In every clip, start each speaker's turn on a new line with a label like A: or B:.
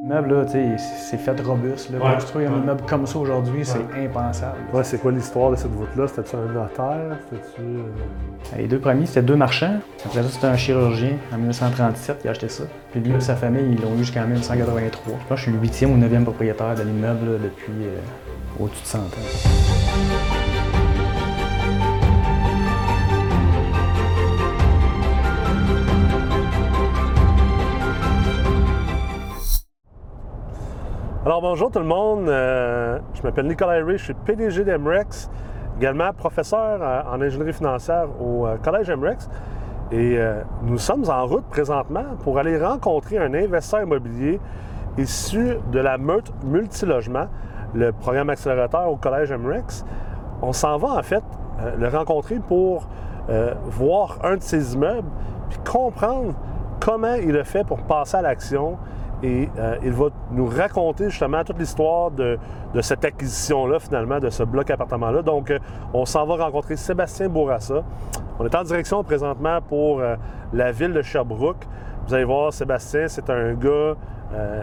A: L'immeuble, là, tu sais, c'est fait robuste. Là.
B: Ouais.
A: Construire un
B: Ouais.
A: immeuble comme ça aujourd'hui, c'est impensable.
C: Ouais, c'est quoi l'histoire de cette voûte-là? C'était-tu un notaire? C'était-tu. euh,
A: Les deux premiers, c'était deux marchands. Après ça, c'était un chirurgien en 1937 qui a acheté ça. Puis lui et sa famille, ils l'ont eu jusqu'en 1983. Je pense que je suis le huitième ou neuvième propriétaire de l'immeuble là, depuis euh, au-dessus de 100 ans.
C: Alors bonjour tout le monde, Euh, je m'appelle Nicolas Herry, je suis PDG d'Emrex, également professeur euh, en ingénierie financière au euh, Collège Emrex. Et euh, nous sommes en route présentement pour aller rencontrer un investisseur immobilier issu de la meute multilogement, le programme accélérateur au Collège Emrex. On s'en va en fait euh, le rencontrer pour euh, voir un de ses immeubles, puis comprendre comment il a fait pour passer à l'action. Et euh, il va nous raconter justement toute l'histoire de, de cette acquisition-là, finalement, de ce bloc appartement-là. Donc, euh, on s'en va rencontrer Sébastien Bourassa. On est en direction présentement pour euh, la ville de Sherbrooke. Vous allez voir, Sébastien, c'est un gars euh,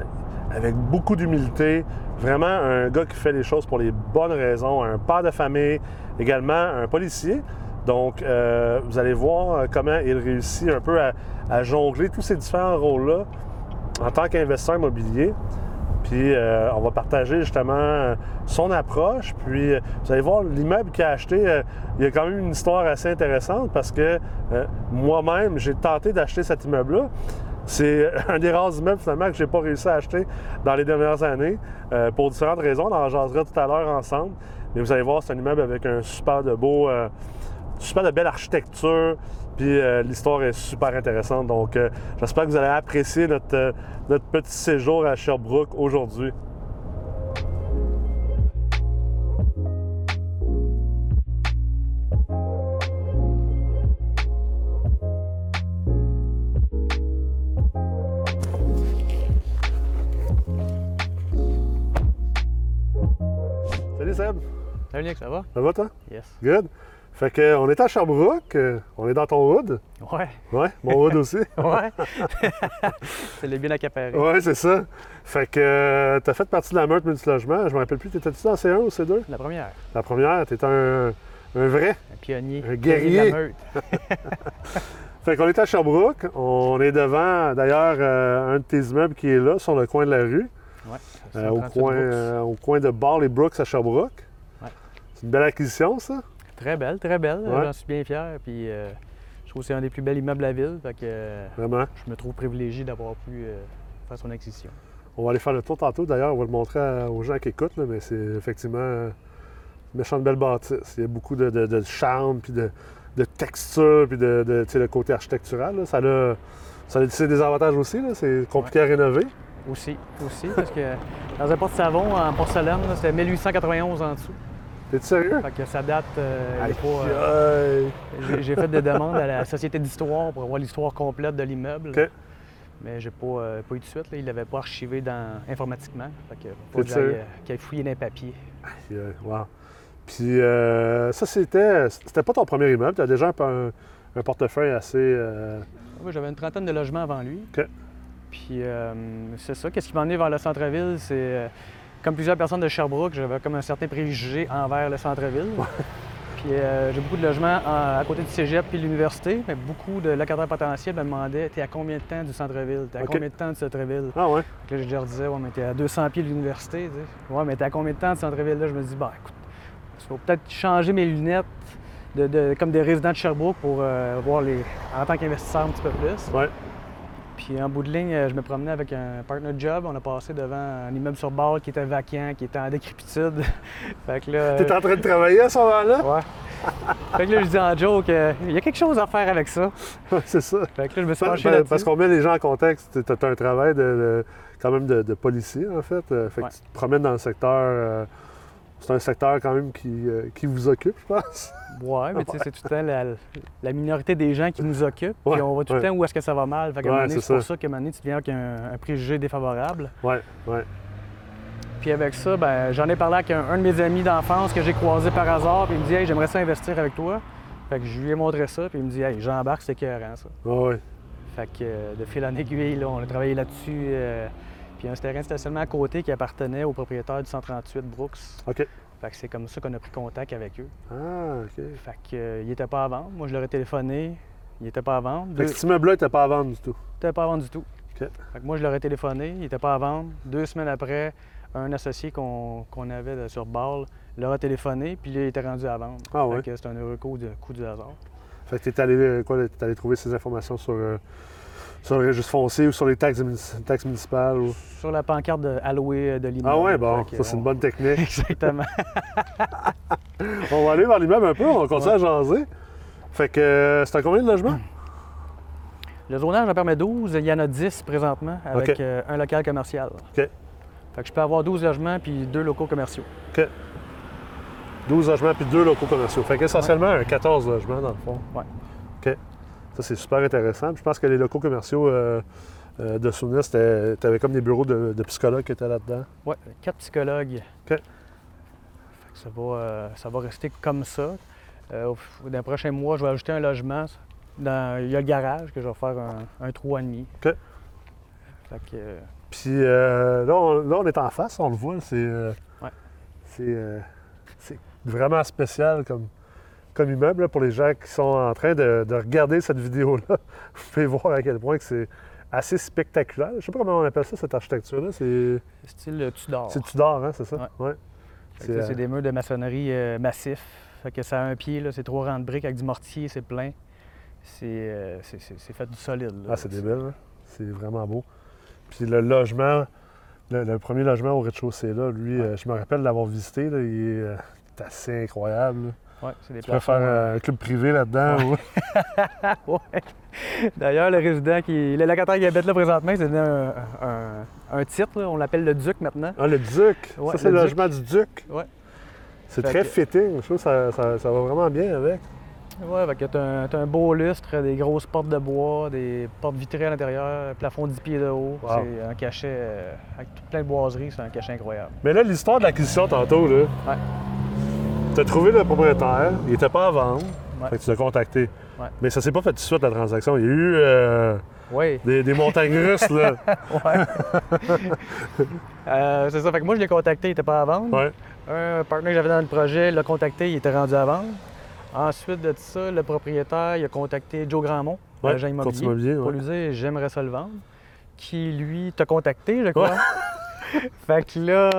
C: avec beaucoup d'humilité, vraiment un gars qui fait les choses pour les bonnes raisons, un père de famille, également un policier. Donc, euh, vous allez voir euh, comment il réussit un peu à, à jongler tous ces différents rôles-là en tant qu'investisseur immobilier. Puis, euh, on va partager justement euh, son approche. Puis, euh, vous allez voir, l'immeuble qu'il a acheté, euh, il y a quand même une histoire assez intéressante parce que euh, moi-même, j'ai tenté d'acheter cet immeuble-là. C'est euh, un des rares immeubles finalement que j'ai pas réussi à acheter dans les dernières années euh, pour différentes raisons. On en jasera tout à l'heure ensemble. Mais vous allez voir, c'est un immeuble avec un super de beau, euh, super de belle architecture. Puis euh, l'histoire est super intéressante. Donc euh, j'espère que vous allez apprécier notre, euh, notre petit séjour à Sherbrooke aujourd'hui. Salut Seb,
A: Salut Nick, ça va?
C: ça va toi?
A: Yes.
C: Good. Fait que euh, on est à Sherbrooke, euh, on est dans ton hood.
A: Ouais,
C: Ouais, mon hood aussi.
A: ouais. c'est le bien accaparé.
C: Ouais, c'est ça. Fait que euh, t'as fait partie de la meute multilogement. Je me rappelle plus, t'étais-tu dans C1 ou C2?
A: La première,
C: La première, t'étais un, un vrai.
A: un pionnier.
C: Un guerrier.
A: de la meute.
C: Fait qu'on est à Sherbrooke. On est devant, d'ailleurs, euh, un de tes immeubles qui est là, sur le coin de la rue,
A: Ouais.
C: euh, au,
A: 138
C: coin,
A: Brooks.
C: euh, au coin de Bar les Brooks à Sherbrooke.
A: Ouais.
C: C'est une belle acquisition, ça?
A: Très belle, très belle.
C: Ouais.
A: J'en suis bien fier. Puis euh, je trouve que c'est un des plus bels immeubles de la ville. Fait que euh,
C: Vraiment.
A: je me trouve privilégié d'avoir pu euh, faire son acquisition.
C: On va aller faire le tour tantôt. D'ailleurs, on va le montrer à- aux gens qui écoutent, là, mais c'est effectivement euh, une méchante belle bâtisse. Il y a beaucoup de, de- de charme, puis de, de texture, puis de, de, tu sais, le côté architectural. là. Ça a, ça a c'est des avantages aussi. là. C'est compliqué à rénover.
A: Aussi, aussi, parce que euh, dans un pot de savon en porcelaine, là, c'était 1891 en dessous.
C: T'es-tu sérieux?
A: Fait que ça date. euh, il est pas, euh,
C: Aïe, aïe.
A: j'ai- J'ai fait des demandes à la Société d'histoire pour avoir l'histoire complète de l'immeuble.
C: OK.
A: Mais j'ai pas, euh, pas eu de suite. Là. Ils l'avaient pas archivé dans, informatiquement. Fait que faut
C: T'es
A: que j'aille
C: sûr?
A: euh, qu'il aille fouiller dans les papiers.
C: Puis, euh, wow. Puis euh, ça, c'était c'était pas ton premier immeuble. Tu as déjà un, un- un portefeuille assez. euh,
A: Ah Oui, j'avais une trentaine de logements avant lui.
C: OK.
A: Puis euh, c'est ça. Qu'est-ce qui m'a emmené vers le centre-ville? C'est euh, comme plusieurs personnes de Sherbrooke, j'avais comme un certain préjugé envers le centre-ville. Puis euh, j'ai beaucoup de logements en- à côté du cégep puis de l'université, mais beaucoup de locataires potentiels me demandaient T'es à combien de temps du centre-ville T'es à
C: OK.
A: combien de temps du centre-ville
C: Ah ouais?
A: Fait que Là, je leur disais Ouais, mais t'es à 200 pieds de l'université. tu sais. Ouais, mais t'es à combien de temps du centre-ville Là, je me dis Bah, écoute, il faut peut-être changer mes lunettes de, de- comme des résidents de Sherbrooke pour euh, voir les, en tant qu'investisseur un petit peu plus.
C: Ouais.
A: Puis en bout de ligne, euh, je me promenais avec un partner de job. On a passé devant un immeuble sur bord qui était vacant, qui était en décrépitude. fait que là. euh,
C: T'es en train de travailler à ce moment-là?
A: Ouais. fait que là, je dis en joke, euh, il y a quelque chose à faire avec ça.
C: c'est ça.
A: Fait que là, je me suis
C: Parce,
A: penché là-dessus.
C: Ben, parce qu'on met les gens en contexte. Tu as un travail de, de- quand même de, de policier, en fait. Euh, fait
A: Ouais.
C: que tu te promènes dans le secteur. euh, c'est un secteur quand même qui, euh, qui vous occupe, je pense.
A: Ouais,
C: Ah
A: mais tu sais, c'est tout le temps la, la minorité des gens qui nous occupent.
C: Ouais,
A: puis on voit tout le
C: ouais.
A: temps où est-ce que ça va mal. Fait qu'à un
C: Ouais,
A: moment donné,
C: c'est
A: c'est pour
C: ça.
A: ça qu'à un moment donné, tu deviens avec un, un préjugé défavorable.
C: Ouais, ouais.
A: Puis avec ça, ben, j'en ai parlé avec un, un de mes amis d'enfance que j'ai croisé par hasard. Puis il me dit Hey, j'aimerais ça investir avec toi. Fait que je lui ai montré ça. Puis il me dit Hey, j'embarque, c'est écœurant ça.
C: Ah Ouais, ouais.
A: Fait que euh, de fil en aiguille, là, on a travaillé là-dessus. euh, puis Puis il y a un terrain de stationnement à côté qui appartenait au propriétaire du 138 Brooks.
C: OK.
A: Fait que c'est comme ça qu'on a pris contact avec eux.
C: Ah, OK.
A: Fait que, euh, ils n'étaient pas à vendre. Moi, je leur ai téléphoné. Ils n'étaient pas à vendre. Deux...
C: Fait que cet immeuble-là n'était pas à vendre du tout.
A: Ils n'étaient pas à vendre du tout.
C: OK.
A: Fait que moi, je leur ai téléphoné. Ils n'étaient pas à vendre. Deux semaines après, un associé qu'on qu'on avait de- sur Ball leur a téléphoné, puis là, il était rendu à vendre.
C: Ah
A: Fait
C: ouais.
A: que c'est un heureux coup, de, coup du hasard.
C: Fait que t'es allé, euh, quoi, t'es allé trouver ces informations sur, euh, sur le registre foncier ou sur les taxes, munici- taxes municipales. ou-
A: Sur la pancarte de allouée de l'immeuble.
C: Ah ouais, bon,
A: Fait que
C: ça c'est
A: on-
C: une bonne technique.
A: Exactement.
C: on va aller vers l'immeuble un peu, on continue à jaser. Fait que euh, c'est à combien de logements?
A: Le zonage en permet 12, il y en a 10 présentement avec
C: OK.
A: euh, un local commercial.
C: OK.
A: Fait que je peux avoir 12 logements puis deux locaux commerciaux.
C: 12 logements puis deux locaux commerciaux. Fait qu'essentiellement un 14 logements dans le fond.
A: Ouais.
C: OK. Ça c'est super intéressant. Puis je pense que les locaux commerciaux euh, euh, de Souvenir, c'était t'avais comme des bureaux de, de psychologues qui étaient là-dedans.
A: Ouais, quatre psychologues.
C: OK.
A: Fait que ça va, euh, ça va rester comme ça. Euh, au f- dans les prochains mois, je vais ajouter un logement. Dans- il y a le garage que je vais faire un, un 3,5.
C: OK.
A: Fait que, euh,
C: Puis euh, là, on, là, on est en face, on le voit, c'est. euh,
A: Ouais.
C: C'est, euh, c'est vraiment spécial comme, comme immeuble là, pour les gens qui sont en train de, de regarder cette vidéo-là. Vous pouvez voir à quel point que c'est assez spectaculaire. Je sais pas comment on appelle ça, cette architecture-là. C'est,
A: style Tudor.
C: c'est Tudor, hein, c'est ça?
A: Oh. Ouais.
C: Ouais.
A: Fait que
C: c'est,
A: ça, C'est
C: euh,
A: des murs de maçonnerie euh, massif. Fait que ça a un pied, là, c'est trois rangs de briques avec du mortier, c'est plein. C'est euh, c'est- c'est- c'est fait du solide. là.
C: Ah, c'est débile, hein? C'est vraiment beau. Puis le logement, le, le premier logement au rez-de-chaussée, là, lui,
A: Ouais.
C: euh, je me rappelle l'avoir visité, là, il est euh, assez incroyable. là.
A: Ouais, c'est des
C: Tu peux
A: plafonds,
C: faire euh, un club privé là-dedans. ou-
A: Ouais. D'ailleurs, le résident qui. Le locataire qui habite là présentement, c'est un, un, un titre, là. on l'appelle le Duc maintenant.
C: Ah, le Duc!
A: Ouais,
C: ça, c'est
A: le
C: le
A: Duc.
C: logement du Duc.
A: Ouais.
C: C'est
A: Fait
C: très
A: que-
C: fitting. Je trouve que ça, ça- ça va vraiment bien avec.
A: Ouais, fait que t'as un, t'as un beau lustre, des grosses portes de bois, des portes vitrées à l'intérieur, un plafond 10 pieds de haut.
C: Wow.
A: C'est un cachet euh, avec tout plein de boiseries, c'est un cachet incroyable.
C: Mais là, l'histoire de l'acquisition tantôt, là.
A: Ouais.
C: T'as trouvé le propriétaire, il était pas à vendre.
A: Ouais.
C: Fait que tu l'as contacté.
A: Ouais.
C: Mais ça s'est pas fait tout de suite, la transaction. Il y a eu euh,
A: Oui.
C: des, des montagnes russes, là.
A: Ouais. Euh, c'est ça. Fait que moi, je l'ai contacté, il n'était pas à vendre.
C: Ouais.
A: Un partenaire que j'avais dans le projet l'a contacté, il était rendu à vendre. Ensuite de ça, le propriétaire, il a contacté Joe Grandmont,
C: Ouais,
A: l'agent
C: courtier
A: immobilier,
C: immobilier,
A: pour
C: ouais.
A: lui dire « j'aimerais ça le vendre », qui, lui, t'a contacté, je crois. fait que là,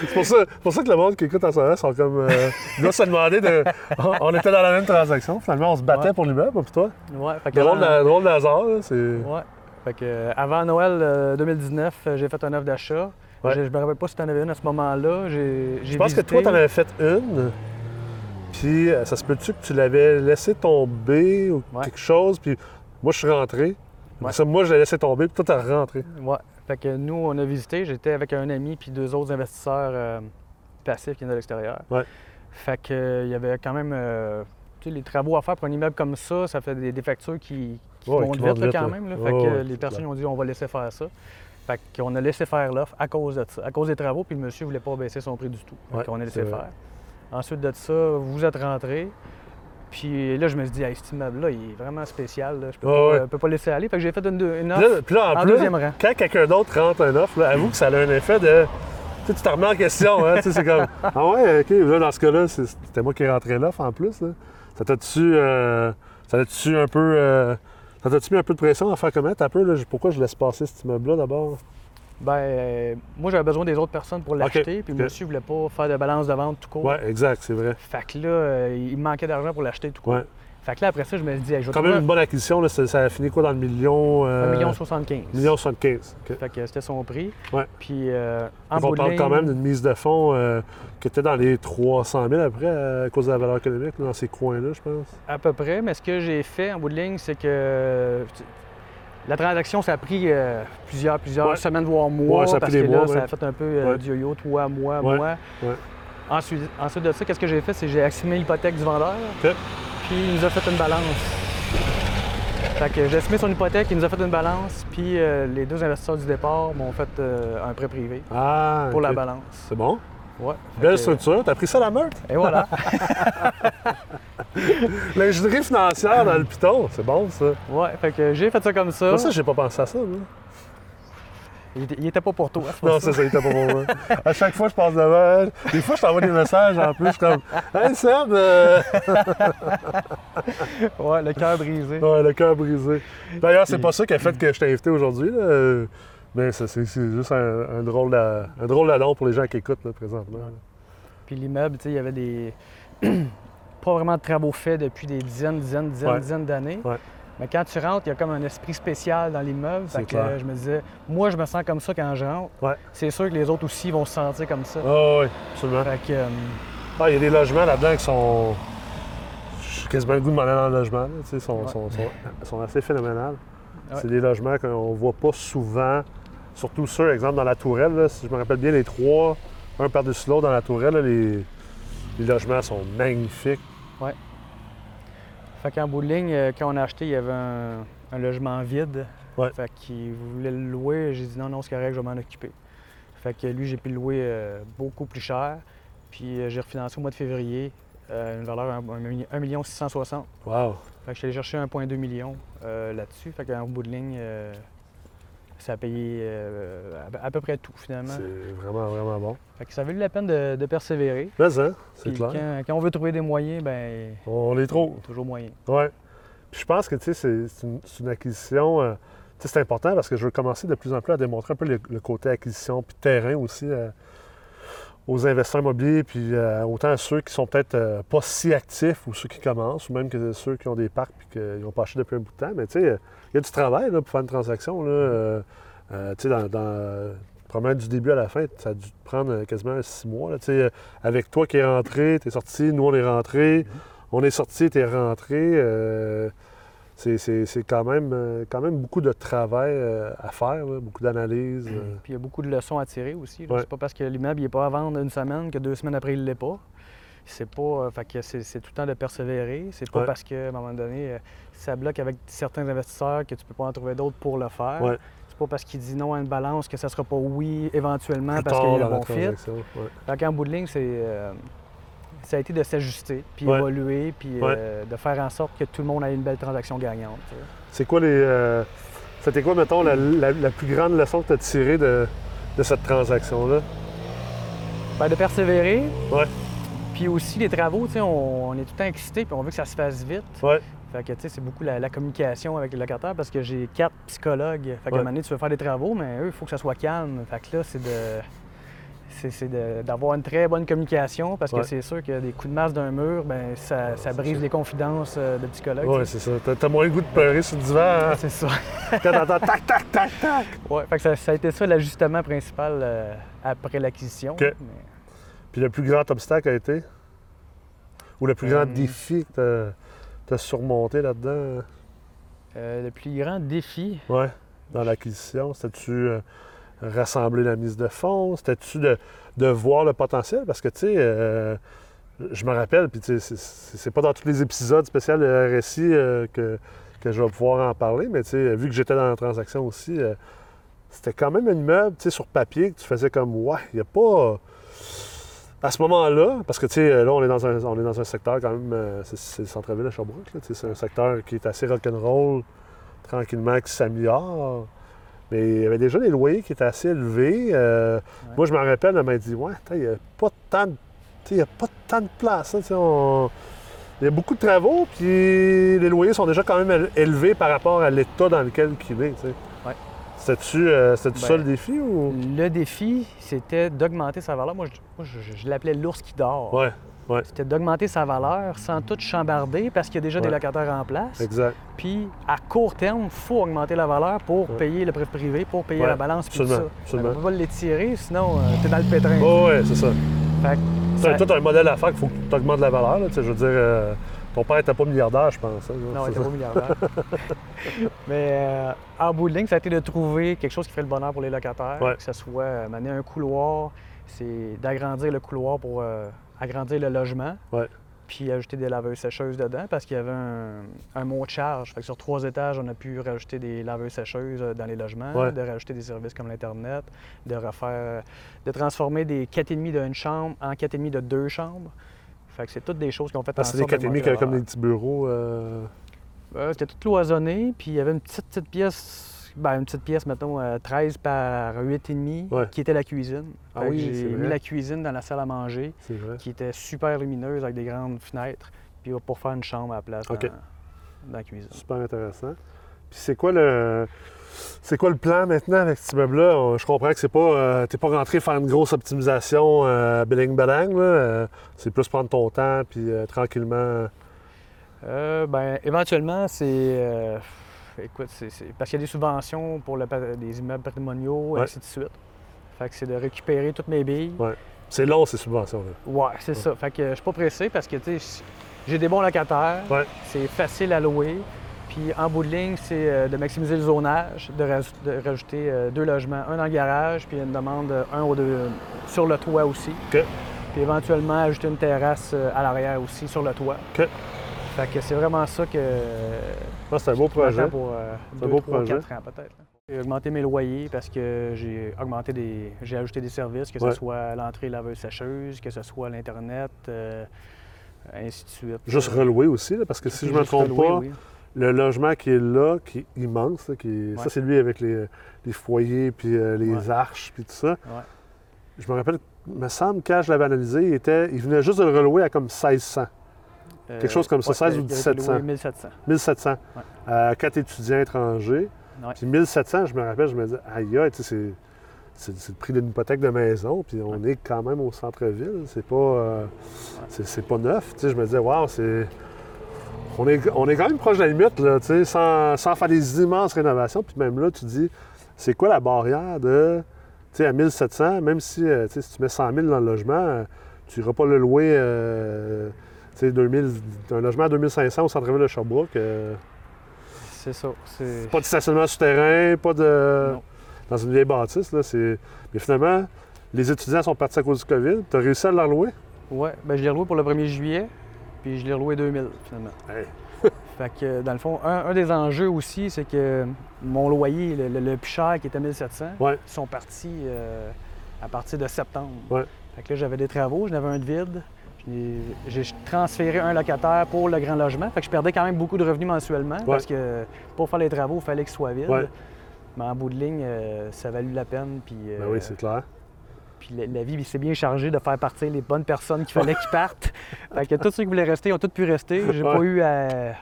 C: C'est pour ça, pour ça que le monde qui écoute en soirée sont comme. Euh, ils doivent se demander de. On, on était dans la même transaction. Finalement, on se battait
A: Ouais.
C: pour l'immeuble, puis toi.
A: ouais, fait que
C: Drôle,
A: avant-
C: de- drôle de hasard, là, c'est.
A: ouais. Fait que, euh, avant Noël euh, 2019, euh, j'ai fait un offre d'achat.
C: Ouais.
A: Je, je me rappelle pas si tu en avais une à ce moment-là. J'ai, j'ai
C: Je pense que toi,
A: visité.
C: t'en avais fait une, puis euh, ça se peut-tu que tu l'avais laissé tomber ou
A: Ouais.
C: quelque chose, puis moi, je suis rentré.
A: Ouais.
C: Ça, moi, je l'ai laissé tomber, puis toi, t'as rentré.
A: Ouais. Fait que nous, on a visité. J'étais avec un ami puis deux autres investisseurs euh, passifs qui viennent de l'extérieur.
C: Ouais.
A: Fait que euh, il y avait quand même euh, tu sais, les travaux à faire pour un immeuble comme ça, ça fait des, des factures qui, qui
C: Ouais,
A: montent
C: qui
A: vite,
C: montent
A: là,
C: vite,
A: quand
C: ouais.
A: même. là.
C: Ouais,
A: fait que
C: ouais,
A: euh,
C: c'est
A: les personnes
C: clair.
A: ont dit on va laisser faire ça. Fait qu'on a laissé faire l'offre à cause de ça, à cause des travaux, puis le monsieur voulait pas baisser son prix du tout. Fait
C: Ouais,
A: qu'on a
C: c'est
A: laissé
C: vrai.
A: faire. Ensuite de ça, vous êtes rentré. Puis là, je me suis dit, hey, cet immeuble-là, il est vraiment spécial. là. Je peux,
C: Ouais,
A: pas,
C: ouais.
A: euh, peux pas laisser aller. Fait que j'ai fait une, une
C: Puis
A: offre
C: là, puis là, en,
A: en
C: plus,
A: deuxième rang.
C: quand quelqu'un d'autre rentre un offre, là, avoue que ça a un effet de. Tu sais, tu te remets en question, hein, tu sais, c'est comme. Ah ouais, ok, là, dans ce cas-là, c'est- c'était moi qui rentrais l'offre en plus, là. Ça t'a-tu. euh, ça t'a-tu un peu. euh, ça t'a-tu mis un peu de pression à faire comment? T'as un peu, là, je- pourquoi je laisse passer cet immeuble-là d'abord?
A: Ben, euh, moi, j'avais besoin des autres personnes pour l'acheter, puis
C: ok.
A: monsieur voulait pas faire de balance de vente tout court.
C: Ouais, exact, c'est vrai.
A: Fait que là, euh, il me manquait d'argent pour l'acheter tout court.
C: Ouais.
A: Fait que là, après ça, je me suis dit, Hey, je vais
C: Quand
A: trouver
C: même une bonne acquisition, là, ça, ça a fini quoi dans le million?
A: un
C: euh,
A: million 75.
C: million 75. OK.
A: Fait que c'était son prix.
C: Ouais.
A: Puis euh, en
C: Donc, on
A: bout de
C: parle
A: ligne-
C: quand même d'une mise de fonds euh, qui était dans les 300 000 après euh, à cause de la valeur économique, là, dans ces coins-là, je pense.
A: À peu près, mais ce que j'ai fait en bout de ligne, c'est que tu- la transaction, ça a pris euh, plusieurs, plusieurs
C: Ouais.
A: semaines, voire mois,
C: Ouais, ça a
A: parce
C: pris
A: que
C: des
A: là,
C: mois,
A: ça a
C: ouais.
A: fait un peu euh,
C: Ouais.
A: du yo-yo, toi, moi,
C: Ouais,
A: moi.
C: ouais.
A: Ensuite, ensuite de ça, qu'est-ce que j'ai fait, c'est que j'ai estimé l'hypothèque du vendeur,
C: OK.
A: puis il nous a fait une balance. Fait que j'ai estimé son hypothèque, il nous a fait une balance, puis euh, les deux investisseurs du départ m'ont fait euh, un prêt privé
C: Ah,
A: pour la
C: OK.
A: balance.
C: C'est bon.
A: Ouais. Fait
C: Belle
A: que-
C: structure. T'as pris ça à la meute?
A: Et voilà.
C: L'ingénierie financière dans le piton. C'est bon, ça. Ah.
A: ouais, fait que j'ai fait ça comme ça.
C: Moi, ça, j'ai pas pensé à ça. moi.
A: Il était, il était pas pour toi. c'est pour
C: Non,
A: ça.
C: Ah, ça, ça n'était pas hein. pour moi. À chaque fois, je passe devant. Des fois, je t'envoie des messages en plus. Je suis comme Hey, Seb! euh,
A: Ouais, le cœur brisé.
C: Ouais, le cœur brisé. D'ailleurs, c'est
A: Et-
C: pas ça qui a fait que je t'ai invité aujourd'hui. là, euh, Mais ça, c'est c'est juste un, un drôle de- un drôle de nom pour les gens qui écoutent là, présentement. là.
A: Puis l'immeuble, tu sais, il y avait des. pas vraiment de travaux faits depuis des dizaines, dizaines, dizaines,
C: Ouais.
A: dizaines d'années.
C: Ouais.
A: Mais quand tu rentres, il y a comme un esprit spécial dans l'immeuble.
C: C'est
A: Fait que
C: clair.
A: euh, je me disais, moi, je me sens comme ça quand je rentre.
C: Ouais.
A: C'est sûr que les autres aussi vont se sentir comme ça.
C: Ah oui, absolument.
A: Fait que, euh,
C: Ah, il y a des logements là-dedans qui sont. J'ai quasiment le goût de m'en aller dans le logement. là, tu sais, Ils sont,
A: Ouais.
C: sont- sont- sont assez phénoménales.
A: Ouais.
C: C'est des logements qu'on voit pas souvent, surtout ceux, exemple, dans la tourelle. là, si je me rappelle bien, les trois, un par-dessus l'autre dans la tourelle, là, les... les logements sont magnifiques.
A: fait qu'en bout de ligne, euh, quand on a acheté, il y avait un, un logement vide.
C: Ouais.
A: Fait qu'il voulait le louer. J'ai dit non, non, c'est correct, je vais m'en occuper. Fait que lui, j'ai pu le louer euh, beaucoup plus cher. Puis euh, j'ai refinancé au mois de février euh, une valeur de 1 660 000
C: Wow!
A: Fait que je suis allé chercher 1,2 million euh, là-dessus. Fait qu'en bout de ligne, euh, ça a payé euh, à, à peu près tout finalement.
C: C'est vraiment, vraiment bon.
A: Fait que ça a valu la peine de, de persévérer.
C: Mais hein, c'est
A: Puis
C: clair.
A: Quand, quand on veut trouver des moyens, ben
C: On les trouve.
A: il y a toujours moyen.
C: Ouais. Puis je pense que tu sais, c'est c'est une, c'est une acquisition. euh, tu sais, c'est important parce que je veux commencer de plus en plus à démontrer un peu le, le côté acquisition puis terrain aussi euh, aux investisseurs immobiliers, puis euh, autant à ceux qui sont peut-être euh, pas si actifs ou ceux qui commencent, ou même que ceux qui ont des parcs puis qu'ils n'ont pas acheté depuis un bout de temps. Mais tu sais, euh, il y a du travail là, pour faire une transaction. Là, euh, euh, tu sais, dans, dans- probablement du début à la fin, ça a dû te prendre euh, quasiment six mois. Là, tu sais, euh, avec toi qui es rentré, tu es sorti, nous on est rentré.
A: Mm-hmm.
C: On est sorti, t'es rentré. euh, c'est- c'est c'est quand même, euh, quand même beaucoup de travail euh, à faire, là, beaucoup d'analyse. euh.
A: Puis il y a beaucoup de leçons à tirer aussi. là.
C: Ouais.
A: C'est pas parce que l'immeuble n'est pas à vendre une semaine que deux semaines après il l'est pas. C'est pas. euh, fait que c'est c'est tout le temps de persévérer. C'est pas
C: Ouais.
A: parce qu'à un moment donné, euh, ça bloque avec certains investisseurs que tu peux pas en trouver d'autres pour le faire.
C: Ouais.
A: C'est pas parce qu'il dit non à une balance que ça sera pas oui éventuellement
C: Plus
A: parce
C: tard
A: qu'il y a
C: dans
A: un
C: la
A: bon fit.
C: transaction, ouais.
A: Fait qu'en bout de ligne, c'est, euh, ça a été de s'ajuster, puis
C: Ouais.
A: évoluer, puis
C: Ouais.
A: euh, de faire en sorte que tout le monde ait une belle transaction gagnante. tu sais.
C: C'est quoi les. euh, C'était quoi, mettons, la, la- la plus grande leçon que tu as tirée de, de cette transaction-là?
A: Ben, de persévérer.
C: Ouais.
A: Puis aussi les travaux, tu sais, on, on est tout le temps excité, puis on veut que ça se fasse vite.
C: Ouais.
A: Fait que tu sais, c'est beaucoup la, la communication avec le locataire parce que j'ai quatre psychologues. Fait qu'à
C: Ouais.
A: un moment donné, tu veux faire des travaux, mais eux, il faut que ça soit calme. Fait que là, c'est de. c'est- C'est de- d'avoir une très bonne communication parce que
C: Ouais.
A: c'est sûr que des coups de masse d'un mur, ben, ça, ça
C: c'est
A: brise
C: sûr.
A: les confidences euh, de psychologues.
C: Oui,
A: tu sais.
C: c'est ça. T'as- T'as moins le goût de pleurer sur le divan hein,
A: C'est ça.
C: quand t'entends tac, tac, tac, tac.
A: Ouais, fait que ça, ça a été ça l'ajustement principal euh, après l'acquisition.
C: OK.
A: Mais-
C: Puis le plus grand obstacle a été? Ou le plus grand
A: Euh,
C: défi que tu as surmonté là-dedans? hein?
A: Euh, le plus grand défi,
C: Ouais, dans l'acquisition. C'était-tu euh, rassembler la mise de fonds? C'était-tu de, de voir le potentiel? Parce que, tu sais, euh, je me rappelle, puis tu sais, c'est- c'est c'est pas dans tous les épisodes spéciaux de RSI euh, que, que je vais pouvoir en parler, mais tu sais, vu que j'étais dans la transaction aussi, euh, c'était quand même un immeuble, tu sais, sur papier, que tu faisais comme, ouais, il n'y a pas. À ce moment-là, parce que tu sais, là, on est dans un, on est dans un secteur quand même, euh, c'est- c'est le centre-ville à Sherbrooke, là, tu sais, c'est un secteur qui est assez rock'n'roll, tranquillement qui s'améliore. Mais il y avait déjà des loyers qui étaient assez élevés. Euh,
A: Ouais.
C: Moi, je me rappelle, elle m'a dit Ouais, attends, il n'y a pas tant de, tu sais, il y a pas tant de place. hein, tu sais, on- Il y a beaucoup de travaux, puis les loyers sont déjà quand même éle- élevés par rapport à l'état dans lequel il est. tu sais.
A: Ouais.
C: C'était-tu euh, c'était-tu
A: Ben,
C: ça le défi ou.
A: le défi, c'était d'augmenter sa valeur. Moi, je, moi, je- je- je l'appelais l'ours qui dort.
C: Ouais,
A: C'était d'augmenter sa valeur sans tout chambarder parce qu'il y a déjà des
C: Ouais.
A: locataires en place.
C: exact.
A: Puis, à court terme, il faut augmenter la valeur pour
C: Ouais.
A: payer le prêt privé, pour payer
C: Ouais,
A: la balance, puis tout ça.
C: Absolument.
A: On
C: absolument.
A: ne peut pas l'étirer, sinon, tu t'es dans le pétrin.
C: Oh, ouais, c'est ça.
A: Fait que
C: Tu as
A: ça-
C: tout un modèle à faire qu'il faut que tu augmentes la valeur. là, tu sais, je veux dire, euh, ton père n'était pas milliardaire, je pense. hein,
A: Non, il
C: c'est
A: était
C: ça.
A: pas milliardaire. Mais euh, en bout de ligne, ça a été de trouver quelque chose qui ferait le bonheur pour les locataires,
C: Ouais.
A: que ce soit euh, mener un couloir, c'est d'agrandir le couloir pour euh, agrandir le logement,
C: Ouais.
A: puis ajouter des laveuses sécheuses dedans parce qu'il y avait un, un mot de charge. Fait que sur trois étages, on a pu rajouter des laveuses sécheuses euh, dans les logements,
C: Ouais.
A: de rajouter des services comme l'Internet, de refaire, de transformer des 4,5 d'une chambre en 4,5 de deux chambres. Fait que c'est toutes des choses qu'on fait
C: Parce que c'est des catémies qui avaient comme des petits bureaux. euh,
A: euh, c'était tout cloisonné, puis il y avait une petite, petite pièce ben, une petite pièce, mettons, euh, 13 par 8,5,
C: Ouais.
A: qui était la cuisine.
C: Ah
A: Fait que
C: oui, c'est
A: j'ai mis
C: vrai.
A: la cuisine dans la salle à manger,
C: C'est vrai.
A: qui était super lumineuse avec des grandes fenêtres, puis pour faire une chambre à la place
C: OK.
A: dans, dans la cuisine.
C: Super intéressant. Puis c'est quoi le. C'est quoi le plan maintenant avec cet immeuble-là? On- Je comprends que c'est pas. euh, t'es pas rentré faire une grosse optimisation euh, billing balang, là. Euh, c'est plus prendre ton temps puis euh, tranquillement.
A: Euh, ben, éventuellement, c'est. euh, écoute, c'est, c'est- parce qu'il y a des subventions pour le pa- des immeubles patrimoniaux,
C: Ouais.
A: et ainsi de suite. Fait que c'est de récupérer toutes mes billes.
C: Ouais. C'est long ces subventions là.
A: Ouais, c'est ça. Fait que euh, je suis pas pressé parce que, tu sais, j'ai des bons locataires.
C: Ouais.
A: C'est facile à louer. Puis en bout de ligne, c'est euh, de maximiser le zonage, de, raj- de rajouter euh, deux logements, un dans le garage, puis une demande euh, un ou deux sur le toit aussi.
C: OK.
A: Puis éventuellement ajouter une terrasse euh, à l'arrière aussi sur le toit.
C: OK.
A: Fait que c'est vraiment ça que euh,
C: Ah, c'est un beau projet.
A: m'attends pour euh,
C: C'est un
A: deux,
C: beau
A: trois,
C: projet.
A: quatre ans peut-être. là. J'ai augmenté mes loyers parce que j'ai augmenté des. j'ai ajouté des services, que ce
C: Ouais.
A: soit à l'entrée laveuse sécheuse, que ce soit à l'Internet, euh, ainsi de suite.
C: Juste
A: Euh,
C: relouer aussi, là, parce que si je me
A: juste
C: trompe
A: relouer,
C: pas,
A: oui.
C: le logement qui est là, qui est immense, là, qui est- ça
A: Ouais.
C: c'est lui avec les, les foyers, puis euh, les
A: Ouais.
C: arches, puis tout ça.
A: Ouais.
C: Je me rappelle, me semble, quand je l'avais analysé, il, était, il venait juste de le relouer à comme 1600,
A: Euh,
C: chose comme ça,
A: ouais,
C: 16 ou
A: il a été
C: 1700.
A: loué 1700.
C: 1700,
A: Ouais.
C: à quatre étudiants étrangers.
A: Ouais.
C: Puis 1700, je me rappelle, je me dis, aïe, aïe, tu sais, c'est, c'est, c'est le prix d'une hypothèque de maison, puis on est quand même au centre-ville, c'est pas, euh, c'est, c'est pas neuf. Tu sais, je me disais, waouh, c'est. On est, on est quand même proche de la limite, là, tu sais, sans, sans faire des immenses rénovations. Puis même là, tu dis, c'est quoi la barrière de. Tu sais, à 1700, même si, euh, tu sais, si tu mets 100 000 dans le logement, euh, tu n'iras pas le louer. euh, tu sais, 2000 un logement à 2500 au centre-ville de Sherbrooke. euh,
A: C'est ça. C'est...
C: pas de stationnement souterrain, pas de.
A: Non.
C: Dans une vieille bâtisse, là, c'est. Mais finalement, les étudiants sont partis à cause du COVID. T'as réussi à leur louer?
A: Ouais, ben, je l'ai loué pour le 1er juillet, puis je l'ai loué 2000 finalement.
C: Hey.
A: Fait que dans le fond, un, un des enjeux aussi, c'est que mon loyer, le, le- le plus cher qui était 1700,
C: Ouais.
A: ils sont partis euh, à partir de septembre.
C: Ouais.
A: Fait que là, j'avais des travaux, j'en avais un de vide. J'ai- J'ai transféré un locataire pour le grand logement. Fait que je perdais quand même beaucoup de revenus mensuellement parce que pour faire les travaux, il fallait que ce soit vide.
C: Ouais.
A: Mais en bout de ligne, euh, ça a valu la peine. Puis,
C: Ben
A: euh,
C: oui, c'est clair.
A: puis la, la vie s'est bien chargée de faire partir les bonnes personnes qu'il fallait qu'ils partent. Fait que tous ceux qui voulaient rester ont tous pu rester. J'ai pas
C: Ouais.
A: eu à,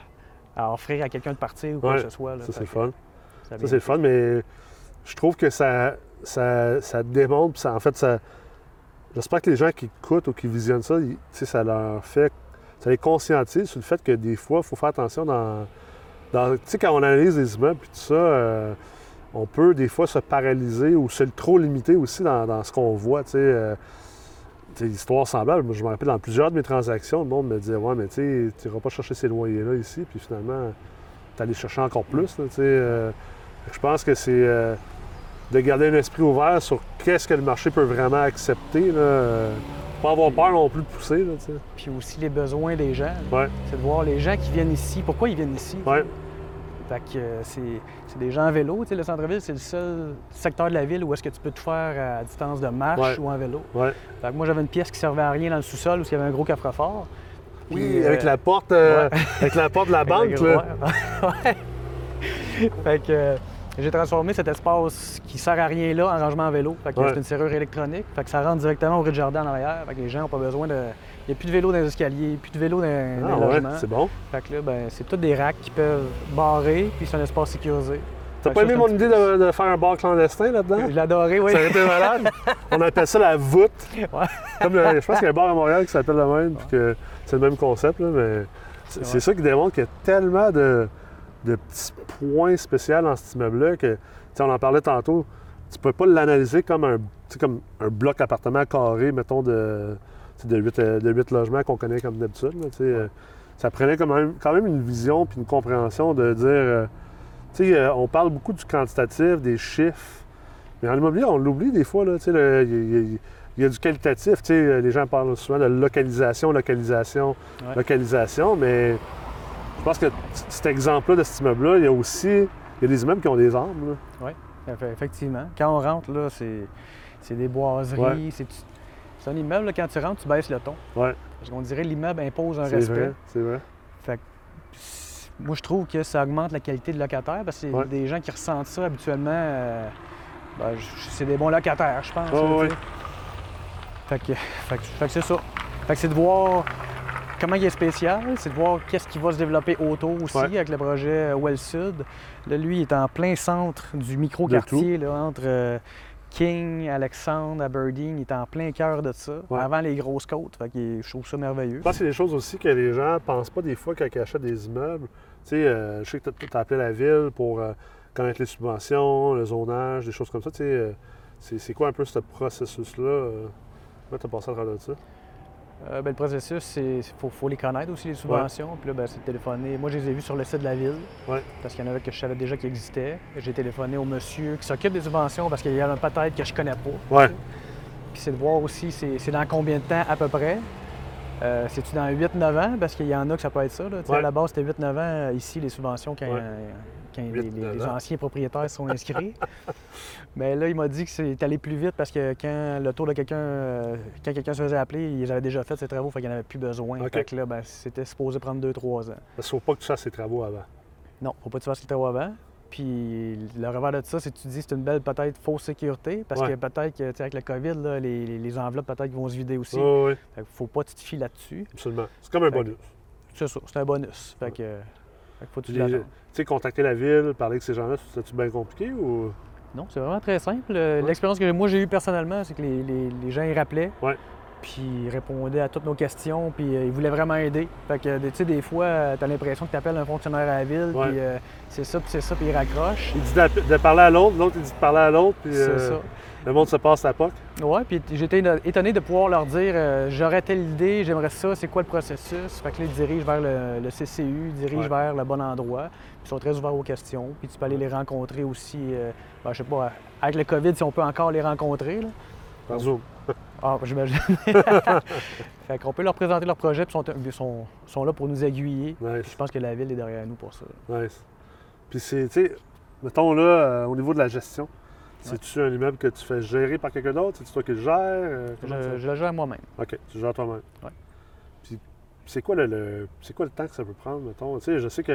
A: à offrir à quelqu'un de partir ou quoi
C: Ouais.
A: que ce soit. là.
C: Ça,
A: Fait
C: c'est le
A: que
C: fun.
A: ça a
C: Ça,
A: bien-
C: c'est le fun, mais je trouve que ça, ça, ça démontre, puis ça, en fait, ça. J'espère que les gens qui écoutent ou qui visionnent ça, ils- tu sais, ça leur fait. Ça les conscientise sur le fait que des fois, il faut faire attention dans. dans- tu sais, quand on analyse les immeubles puis tout ça, euh, on peut des fois se paralyser ou se trop limiter aussi dans, dans ce qu'on voit, tu sais. euh, tu sais, histoire semblable, Moi, je me rappelle dans plusieurs de mes transactions, le monde me disait Ouais, mais tu sais, tu n'iras pas chercher ces loyers-là ici, puis finalement, tu allé chercher encore plus. là, tu sais, euh, je pense que c'est euh, de garder un esprit ouvert sur qu'est-ce que le marché peut vraiment accepter. Là. euh, Pas avoir peur non plus de pousser. Là, tu sais.
A: puis aussi les besoins des gens.
C: Ouais.
A: C'est de voir les gens qui viennent ici, pourquoi ils viennent ici.
C: Ouais.
A: Fait que euh, c'est c'est des gens en vélo. Tu sais, le centre-ville, c'est le seul secteur de la ville où est-ce que tu peux tout faire à distance de marche
C: Ouais.
A: ou en vélo.
C: Ouais.
A: Fait que moi, j'avais une pièce qui servait à rien dans le sous-sol où il y avait un gros coffre-fort. Puis,
C: Oui,
A: euh,
C: avec la porte euh, avec la porte de la
A: avec
C: banque.
A: le
C: Là.
A: gros- Ouais. fait que euh, j'ai transformé cet espace qui sert à rien là en rangement en vélo. Fait que
C: Ouais.
A: c'est une serrure électronique. Fait que ça rentre directement au rez-de-jardin en arrière. Fait que les gens n'ont pas besoin de... Il n'y a plus de vélo dans les escaliers, plus de vélo dans, dans
C: Ah
A: les
C: ouais,
A: logements.
C: c'est bon.
A: Fait que là, ben, c'est tous des racks qui peuvent barrer, puis c'est un espace sécurisé.
C: T'as
A: Fait
C: pas
A: que ça,
C: aimé
A: c'est
C: mon
A: un
C: idée de, de faire un bar clandestin là-dedans?
A: Je l'adorais, oui.
C: Ça aurait été malade. On appelle ça la voûte.
A: Ouais.
C: Comme le- je pense qu'il y a un bar à Montréal qui s'appelle le même, puis que c'est le même concept, là, mais c'est c'est
A: Ouais.
C: ça qui démontre qu'il y a tellement de, de petits points spéciaux dans cet immeuble-là que, tu sais, on en parlait tantôt, tu peux pas l'analyser comme un, tu sais, comme un bloc appartement carré, mettons, de, tu sais, de, 8, de huit logements qu'on connaît comme d'habitude. là, tu sais, euh, Ça prenait quand même, quand même une vision puis une compréhension de dire, euh, tu sais, euh, on parle beaucoup du quantitatif, des chiffres, mais en immobilier, on l'oublie des fois, là, tu sais, le- il y a- il y a- il y a du qualitatif, tu sais, euh, les gens parlent souvent de localisation, localisation,
A: Ouais.
C: localisation, mais je pense que t- cet exemple-là de cet immeuble-là, il y a aussi il y a des immeubles qui ont des armes. là.
A: Eff- Effectivement. Quand on rentre, là, c'est, c'est des boiseries.
C: Ouais.
A: C'est, c'est un immeuble, là, quand tu rentres, tu baisses le ton.
C: Ouais.
A: Parce qu'on dirait que l'immeuble impose un
C: C'est
A: respect.
C: vrai, c'est vrai.
A: Fait que, pis moi, je trouve que ça augmente la qualité de locataire parce que c'est
C: Ouais.
A: des gens qui ressentent ça habituellement. euh, ben, je- c'est des bons locataires, je pense.
C: Ouais,
A: là, tu
C: ouais.
A: sais. Fait que, fait que- fait que c'est ça. Fait que c'est de voir comment il est spécial, c'est de voir qu'est-ce qui va se développer autour aussi
C: Ouais.
A: avec le projet euh, Well Sud. Là, lui, il est en plein centre du micro-quartier, là, entre euh, King, Alexandre, Aberdeen. Il est en plein cœur de ça,
C: Ouais. Ben,
A: avant les grosses côtes. Fait que je trouve ça merveilleux.
C: Je pense que c'est des choses aussi que les gens pensent pas des fois quand ils achètent des immeubles. Tu sais, euh, je sais que tu as appelé la ville pour euh, connaître les subventions, le zonage, des choses comme ça. Tu sais, euh, c'est c'est quoi un peu ce processus-là? euh, Comment tu as passé à travers ça?
A: Euh, ben, le processus, c'est il faut, faut les connaître aussi, les subventions. Puis là, ben, c'est de téléphoner. Moi, je les ai vus sur le site de la ville.
C: Ouais.
A: Parce qu'il y en avait que je savais déjà qui existaient. J'ai téléphoné au monsieur qui s'occupe des subventions parce qu'il y en a peut-être que je connais pas.
C: Ouais.
A: Puis c'est de voir aussi, c'est c'est dans combien de temps à peu près. Euh, C'est-tu dans 8-9 ans? Parce qu'il y en a que ça peut être ça. Là. Tu sais,
C: Ouais.
A: À la base, c'était 8-9 ans euh, ici, les subventions, quand, euh,
C: Ouais.
A: quand les-
C: Huit,
A: les,
C: neuf
A: les
C: ans.
A: anciens propriétaires sont inscrits. Mais là, il m'a dit que c'est allé plus vite parce que quand le tour de quelqu'un, euh, quand quelqu'un se faisait appeler, ils avaient déjà fait ses travaux, fait qu'il n'y en avait plus besoin.
C: OK.
A: Fait que là, ben, c'était supposé prendre 2-3 ans.
C: Parce qu'il faut pas que tu fasses tes travaux avant.
A: Non, faut pas que tu fasses ce qu'il t'a avant. Puis le revers de ça, c'est que tu dis c'est une belle peut-être fausse sécurité parce que
C: Ouais.
A: peut-être que tu sais, avec le COVID, là, les, les- les enveloppes peut-être qu'ils vont se vider aussi.
C: Oui, oui,
A: Fait que faut pas que tu te fies là-dessus.
C: absolument. C'est comme un
A: Fait que-
C: bonus.
A: C'est ça, c'est un bonus. Fait que, fait que faut que tu
C: Les-
A: l'attendes.
C: Tu sais, contacter la ville, parler avec ces gens-là, c'est-tu bien compliqué ou.
A: Non, c'est vraiment très simple. Euh,
C: Ouais.
A: L'expérience que moi j'ai eue personnellement, c'est que les, les- les gens ils rappelaient,
C: Ouais.
A: puis ils répondaient à toutes nos questions, puis euh, ils voulaient vraiment aider. Fait que, tu sais, des fois, tu as l'impression que tu appelles un fonctionnaire à la ville,
C: Ouais.
A: puis euh, c'est ça, puis c'est ça, puis ils raccrochent.
C: Il dit d'a- de parler à l'autre, l'autre il dit de parler à l'autre, puis
A: C'est
C: euh, le monde se passe la POC.
A: ça. Ouais, puis j'étais éno- étonné de pouvoir leur dire euh, j'aurais telle idée, j'aimerais ça, c'est quoi le processus. Fait que là, ils te dirigent vers le, le CCU, ils dirigent
C: Ouais.
A: vers le bon endroit. Ils sont très ouverts aux questions, puis tu peux aller les rencontrer aussi, euh, ben, je sais pas, avec le COVID, si on peut encore les rencontrer. là.
C: Par Zoom.
A: Ah, j'imagine. fait qu'on peut leur présenter leur projet, puis sont, euh, sont, sont là pour nous aiguiller. Je
C: Nice,
A: pense que la ville est derrière nous pour ça.
C: nice. Puis c'est, tu sais, mettons là, euh, au niveau de la gestion, c'est-tu un immeuble que tu fais gérer par quelqu'un d'autre? C'est-tu toi qui le gères? Euh, comment
A: Je, je le gère moi-même.
C: ça- Ok, tu le gères toi-même.
A: Ouais.
C: Puis c'est quoi le, le- c'est quoi le temps que ça peut prendre, mettons? Tu sais, je sais que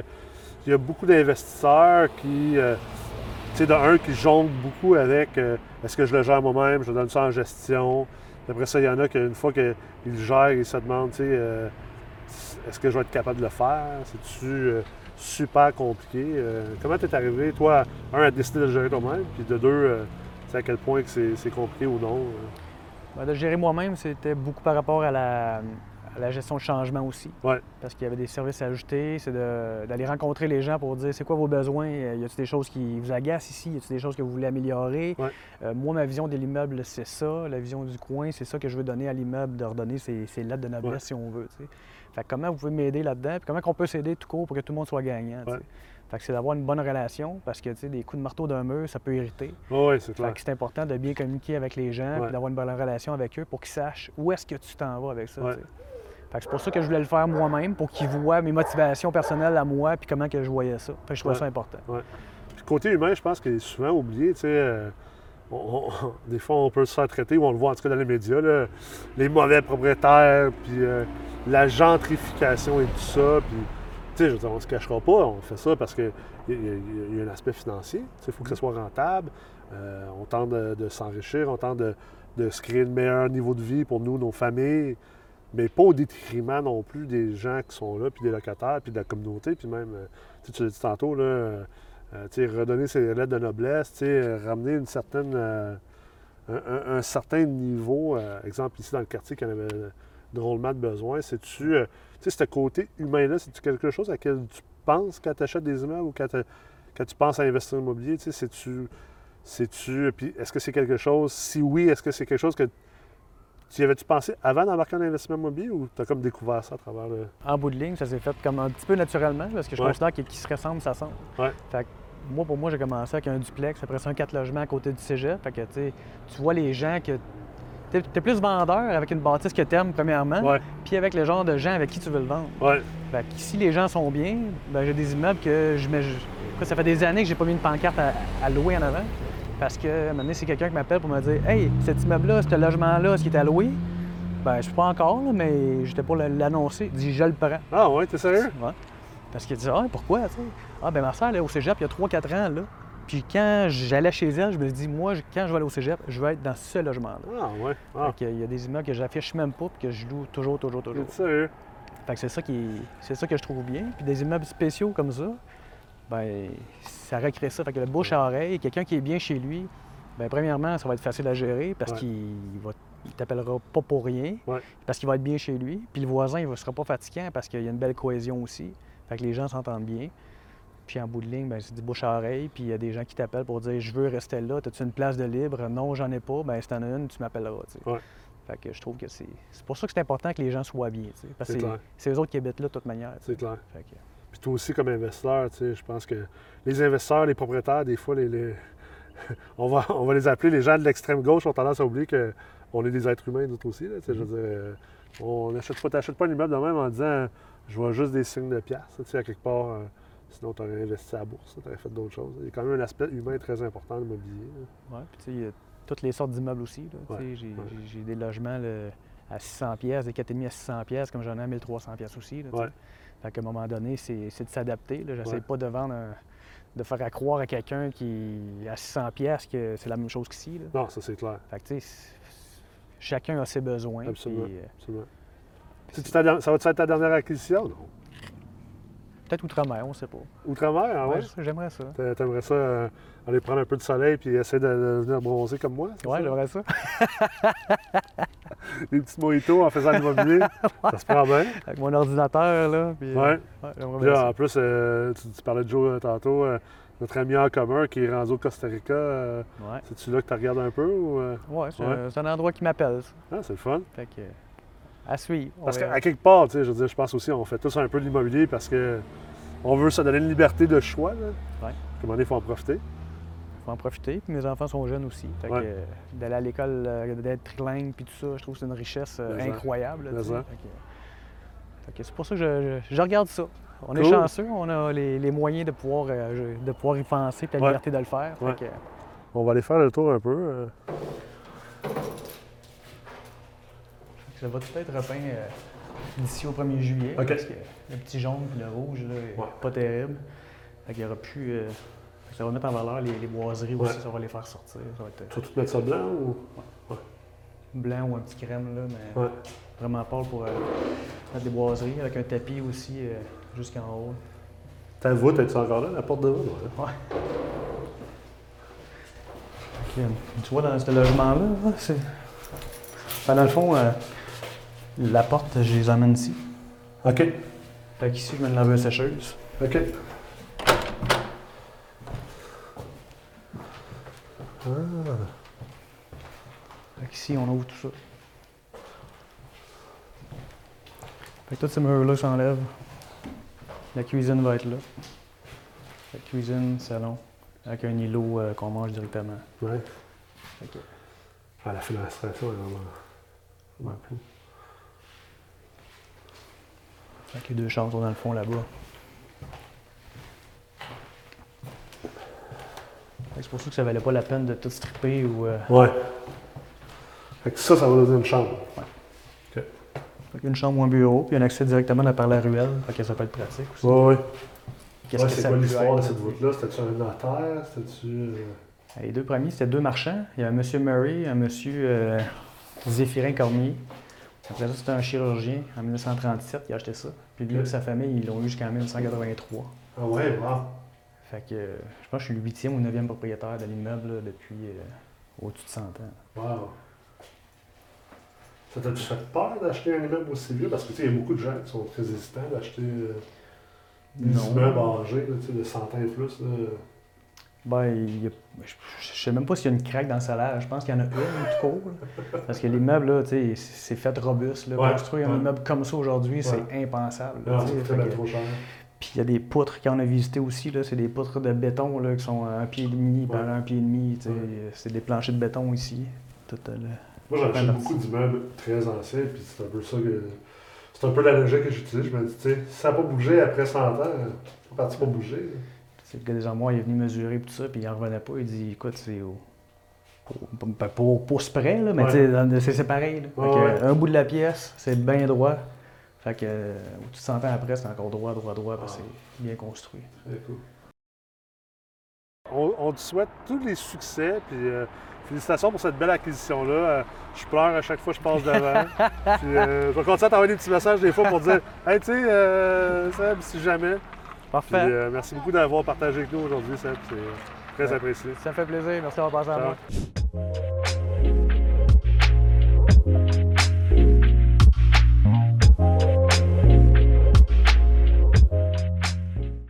C: il y a beaucoup d'investisseurs qui, euh, tu sais, de un, qui jonglent beaucoup avec euh, est-ce que je le gère moi-même, je donne ça en gestion. Puis Après ça, il y en a qu'une fois qu'ils le gèrent, ils se demandent, tu sais, euh, est-ce que je vais être capable de le faire? C'est-tu euh, super compliqué? Euh, comment t'es arrivé, toi, un, à décider de le gérer toi-même, puis de deux, euh, tu sais, à quel point que c'est c'est compliqué ou non? euh.
A: Ben, de le gérer moi-même, c'était beaucoup par rapport à la, à la gestion de changement aussi.
C: Ouais.
A: Parce qu'il y avait des services à ajouter, c'est de- d'aller rencontrer les gens pour dire c'est quoi vos besoins, euh, y a-t-il des choses qui vous agacent ici, y a-t-il des choses que vous voulez améliorer.
C: Ouais.
A: Euh, moi, ma vision de l'immeuble, c'est ça, la vision du coin, c'est ça que je veux donner à l'immeuble, de redonner ses, ses lettres de noblesse
C: Ouais.
A: si on veut. tu sais. Fait que comment vous pouvez m'aider là-dedans, puis comment on peut s'aider tout court pour que tout le monde soit gagnant. tu sais.
C: Ouais.
A: Fait que c'est d'avoir une bonne relation, parce que tu sais, des coups de marteau d'un mur, ça peut irriter.
C: Ouais, ouais, c'est
A: Fait
C: clair.
A: que c'est important de bien communiquer avec les gens,
C: Ouais.
A: puis d'avoir une bonne relation avec eux pour qu'ils sachent où est-ce que tu t'en vas avec ça.
C: Ouais.
A: tu sais. Fait que c'est pour ça que je voulais le faire moi-même, pour qu'ils voient mes motivations personnelles à moi, puis comment que je voyais ça. Fait que je trouvais
C: Ouais.
A: ça important.
C: Puis côté humain, je pense qu'il est souvent oublié, tu sais. euh, on- on- des fois, on peut se faire traiter, ou on le voit en tout cas dans les médias, là, les mauvais propriétaires, puis euh, la gentrification et tout ça. Puis, tu sais, je veux dire, on se cachera pas, on fait ça parce qu'il y, a- il y a- il y a un aspect financier. Il faut que ce soit rentable. Euh, on tente de, de s'enrichir, on tente de, de se créer le meilleur niveau de vie pour nous, nos familles, mais pas au détriment non plus des gens qui sont là, puis des locataires, puis de la communauté, puis même, euh, tu sais, tu l'as dit tantôt, là, euh, euh, tu sais, redonner ses lettres de noblesse, tu sais, euh, ramener une certaine, euh, un, un- un certain niveau. euh, exemple, ici dans le quartier, qu'il y en avait drôlement de besoin, c'est-tu, euh, tu sais, ce côté humain-là, c'est-tu quelque chose à laquelle tu penses quand tu achètes des immeubles ou quand, t'as- quand tu penses à investir en immobilier, tu sais, c'est-tu, c'est-tu, euh, puis est-ce que c'est quelque chose, si oui, est-ce que c'est quelque chose que tu y avais-tu pensé avant d'embarquer en investissement immobilier ou tu as comme découvert ça à travers le...
A: En bout de ligne, ça s'est fait comme un petit peu naturellement, parce que je
C: Ouais.
A: considère que qui se ressemble, ça semble.
C: Ouais.
A: Fait que moi, pour moi, j'ai commencé avec un duplex, après ça, un quatre logements à côté du cégep. Fait que, tu sais, tu vois les gens que. T'es t'es plus vendeur avec une bâtisse que t'aimes, premièrement,
C: Ouais,
A: puis avec le genre de gens avec qui tu veux le vendre.
C: ouais,
A: Fait que Ben, si les gens sont bien, ben, j'ai des immeubles que je mets. je- écoute, ça fait des années que j'ai pas mis une pancarte à, à louer en avant. Parce que à un moment donné, c'est quelqu'un qui m'appelle pour me dire Hey, cet immeuble-là, ce logement-là, ce qui est à louer,
C: Hein?
A: ben je suis pas encore, là, mais j'étais pour le- l'annoncer. Il dit je le prends.
C: Ah ouais, t'es sérieux?
A: Ouais. Parce qu'il disait, ah, pourquoi? tu sais? Ah, ben ma soeur, elle est au cégep il y a 3-4 ans. là. Puis quand j'allais chez elle, je me dis, moi, je- quand je vais aller au cégep, je vais être dans ce logement-là.
C: Ah, ouais. Ah,
A: Fait qu'il y a des immeubles que j'affiche même pas puis que je loue toujours, toujours, toujours.
C: c'est sérieux.
A: Fait que c'est ça qui c'est ça que je trouve bien. Puis des immeubles spéciaux comme ça, ben ça recrée ça. Fait que le bouche à oreille, quelqu'un qui est bien chez lui, ben premièrement, ça va être facile à gérer parce
C: Ouais.
A: qu'il va il t'appellera pas pour rien,
C: Ouais.
A: parce qu'il va être bien chez lui. Puis le voisin, il ne sera pas fatigant parce qu'il y a une belle cohésion aussi. Fait que les gens s'entendent bien. Puis en bout de ligne, ben, c'est du bouche à oreille. Puis il y a des gens qui t'appellent pour dire Je veux rester là, as-tu une place de libre Non, j'en ai pas. Ben, si t'en as une, tu m'appelleras. tu sais.
C: Ouais.
A: Fait que je trouve que c'est. C'est pour ça que c'est important que les gens soient bien. tu sais, Parce
C: C'est
A: que c'est-
C: clair.
A: c'est eux autres qui habitent là de toute manière. tu sais.
C: C'est clair.
A: Fait que-
C: Puis toi aussi, comme investisseur, tu sais, je pense que les investisseurs, les propriétaires, des fois, les, les- on, va, on va les appeler les gens de l'extrême gauche ont tendance à oublier qu'on est des êtres humains, nous autres aussi. là, tu sais, je veux dire, euh, on n'achète pas, t'achètes pas un immeuble de même en disant je vois juste des signes de pièces, tu sais, à quelque part. euh, Sinon, tu aurais investi à la bourse, tu aurais fait d'autres choses. Il y a quand même un aspect humain très important de l'immobilier. là.
A: ouais, puis tu sais, il y a toutes les sortes d'immeubles aussi. là, tu sais.
C: Ouais,
A: J'ai-
C: ouais.
A: j'ai- J'ai des logements là, à 600 pièces, des 4,5 à 600 pièces, comme j'en ai à 1300 pièces aussi. là, tu sais.
C: Ouais.
A: Fait qu'à un moment donné, c'est c'est de s'adapter. Je n'essaie
C: Ouais.
A: pas de vendre, un- de faire à croire à quelqu'un qui à 600 pièces que c'est la même chose qu'ici. là.
C: Non, ça, c'est clair.
A: Fait que tu sais, c'est- chacun a ses besoins. puis,
C: Absolument.
A: euh,
C: Absolument. C'est- c'est ta der- ça va-tu être ta dernière acquisition? Non.
A: Peut-être outre-mer, on ne sait pas.
C: Outre-mer, ah ouais?
A: Ouais, J'aimerais ça.
C: T'a- T'aimerais ça euh, aller prendre un peu de soleil puis essayer de, de venir bronzer comme moi? c'est
A: Ouais,
C: ça?
A: j'aimerais ça.
C: Des petits mojitos en faisant de l'immobilier, ça se prend bien.
A: Avec mon ordinateur, là. puis, euh,
C: Ouais.
A: ouais, j'aimerais
C: Puis
A: bien ça.
C: là, en plus, euh, tu, tu parlais de Joe euh, tantôt, euh, notre ami en commun qui est rendu au Costa Rica, euh,
A: Ouais,
C: c'est-tu là que tu regardes un peu? ou, euh?
A: Ouais, c'est
C: Ouais.
A: un- c'est un endroit qui m'appelle. ça.
C: Ah, c'est le fun.
A: Fait que, euh, à suivre. on
C: Parce
A: verra.
C: qu'à quelque part, tu sais, je veux dire, je pense aussi, on fait tous un peu de l'immobilier parce que on veut se donner une liberté de choix. Là.
A: Ouais.
C: Comment il faut en profiter?
A: faut en profiter. Puis mes enfants sont jeunes aussi. Fait que,
C: Ouais.
A: euh, d'aller à l'école, euh, d'être trilingue, puis tout ça, je trouve que c'est une richesse euh,
C: Mais ça.
A: incroyable. là,
C: Mais
A: tu sais.
C: ça.
A: Fait que- fait que c'est pour ça que je, je- je regarde ça. On est
C: Cool.
A: chanceux, on a les, les moyens de pouvoir, euh, je- de pouvoir y penser, puis la
C: Ouais.
A: liberté de le faire. Fait
C: Ouais.
A: que, euh,
C: On va aller faire le tour un peu. euh.
A: ça va tout être repeint euh, d'ici au 1er juillet.
C: OK.
A: Parce que le petit jaune puis le rouge, là, est
C: Ouais.
A: pas terrible. Fait qu'il y aura plus. euh, ça va mettre en valeur les, les boiseries aussi,
C: Ouais.
A: ça va les faire sortir. Ça va être euh,
C: Tu vas tout mettre ça blanc ou?
A: blanc ou un petit crème, là, mais.
C: Ouais.
A: vraiment pâle pour euh, faire des boiseries, avec un tapis aussi euh, jusqu'en haut.
C: Ta voûte, es-tu encore là, la porte de voûte? ouais?
A: Ouais. Puis, euh, tu vois, dans ce logement-là, là, c'est. Ben, dans le fond, euh, la porte, je les emmène ici.
C: OK.
A: Fait qu'ici, je mets une laveuse sécheuse.
C: OK. Hein
A: Fait qu'ici, on ouvre tout ça. Fait que tous ces murs-là s'enlèvent. La cuisine va être là. La cuisine, salon, avec un îlot euh, qu'on mange directement.
C: Ouais.
A: Fait que-
C: Ah, la fenestration est vraiment. vraiment cool.
A: Fait que les deux chambres sont dans le fond là-bas. Fait que C'est pour ça que ça valait pas la peine de tout stripper ou. euh,
C: Ouais. Fait que ça, ça va donner une chambre.
A: fait qu'une chambre ou un bureau, puis un accès directement là par la ruelle. Fait que ça peut être pratique aussi.
C: Ouais, ouais.
A: Qu'est-ce
C: Ouais,
A: que
C: c'est
A: ça
C: quoi
A: peut
C: l'histoire de
A: être?
C: cette voûte-là? C'était-tu un notaire? C'était-tu. euh,
A: Les deux premiers, c'était deux marchands. Il y a un monsieur Murray, un monsieur euh, Zéphirin Cormier. Après ça, c'était un chirurgien en 1937, il a acheté ça. Puis lui
C: Ok.
A: et sa famille, ils l'ont eu jusqu'en 1983.
C: Ah ouais, wow.
A: Fait que euh, je pense que je suis le huitième ou neuvième propriétaire de l'immeuble là, depuis euh, au-dessus de 100 ans.
C: Wow. Ça t'a-tu fait peur d'acheter un immeuble aussi vieux? Parce que tu sais, il y a beaucoup de gens qui sont très hésitants d'acheter euh, des
A: Non.
C: immeubles âgés, là, tu sais, de 100 ans et plus. Là.
A: Ben, il y a- je, je sais même pas s'il y a une craque dans le salaire. Je pense qu'il y en a une, tout court. là. Parce que l'immeuble, là, tu sais, c'est c'est fait robuste. là.
C: Ouais,
A: Construire un
C: ouais.
A: immeuble comme ça aujourd'hui, c'est impensable. là,
C: Non,
A: tu sais.
C: c'est
A: Fait
C: très bien
A: que-
C: trop cher.
A: Puis il y a des poutres qu'on a visitées aussi. là, C'est des poutres de béton là, qui sont à un pied et demi par
C: Ouais.
A: un pied et demi. tu sais.
C: Ouais.
A: C'est des planchers de béton ici. Tout, euh, le-
C: Moi, j'en
A: Ouais,
C: achète
A: merci.
C: beaucoup d'immeubles très anciens, puis c'est un peu ça que. C'est un peu la logique que j'utilise. Je me dis, tu sais, si ça n'a pas bougé après 100 ans, c'est parti pas bouger.
A: C'est le gars des armoires, il est venu mesurer tout ça, puis il en revenait pas. Il dit Écoute, c'est au. Pour, pour, pour, pour ce près, là, mais
C: Ouais.
A: tu sais, dans- c'est c'est pareil. là. Fait
C: Ouais,
A: que, Un bout de la pièce, c'est bien droit. Fait que euh, où tu te sens après, c'est encore droit, droit, droit, parce
C: Ah.
A: que c'est bien construit.
C: On, on te souhaite tous les succès, puis euh, félicitations pour cette belle acquisition-là. Euh, je pleure à chaque fois que je passe devant. puis, euh, je vais continuer à t'envoyer des petits messages des fois pour dire Hey, tu sais, euh, Seb, si jamais. Puis,
A: Parfait.
C: euh, merci beaucoup d'avoir partagé avec nous aujourd'hui, Seb. C'est très
A: Ouais.
C: apprécié.
A: Ça me fait plaisir. Merci d'avoir passé à
C: Ciao.
A: moi.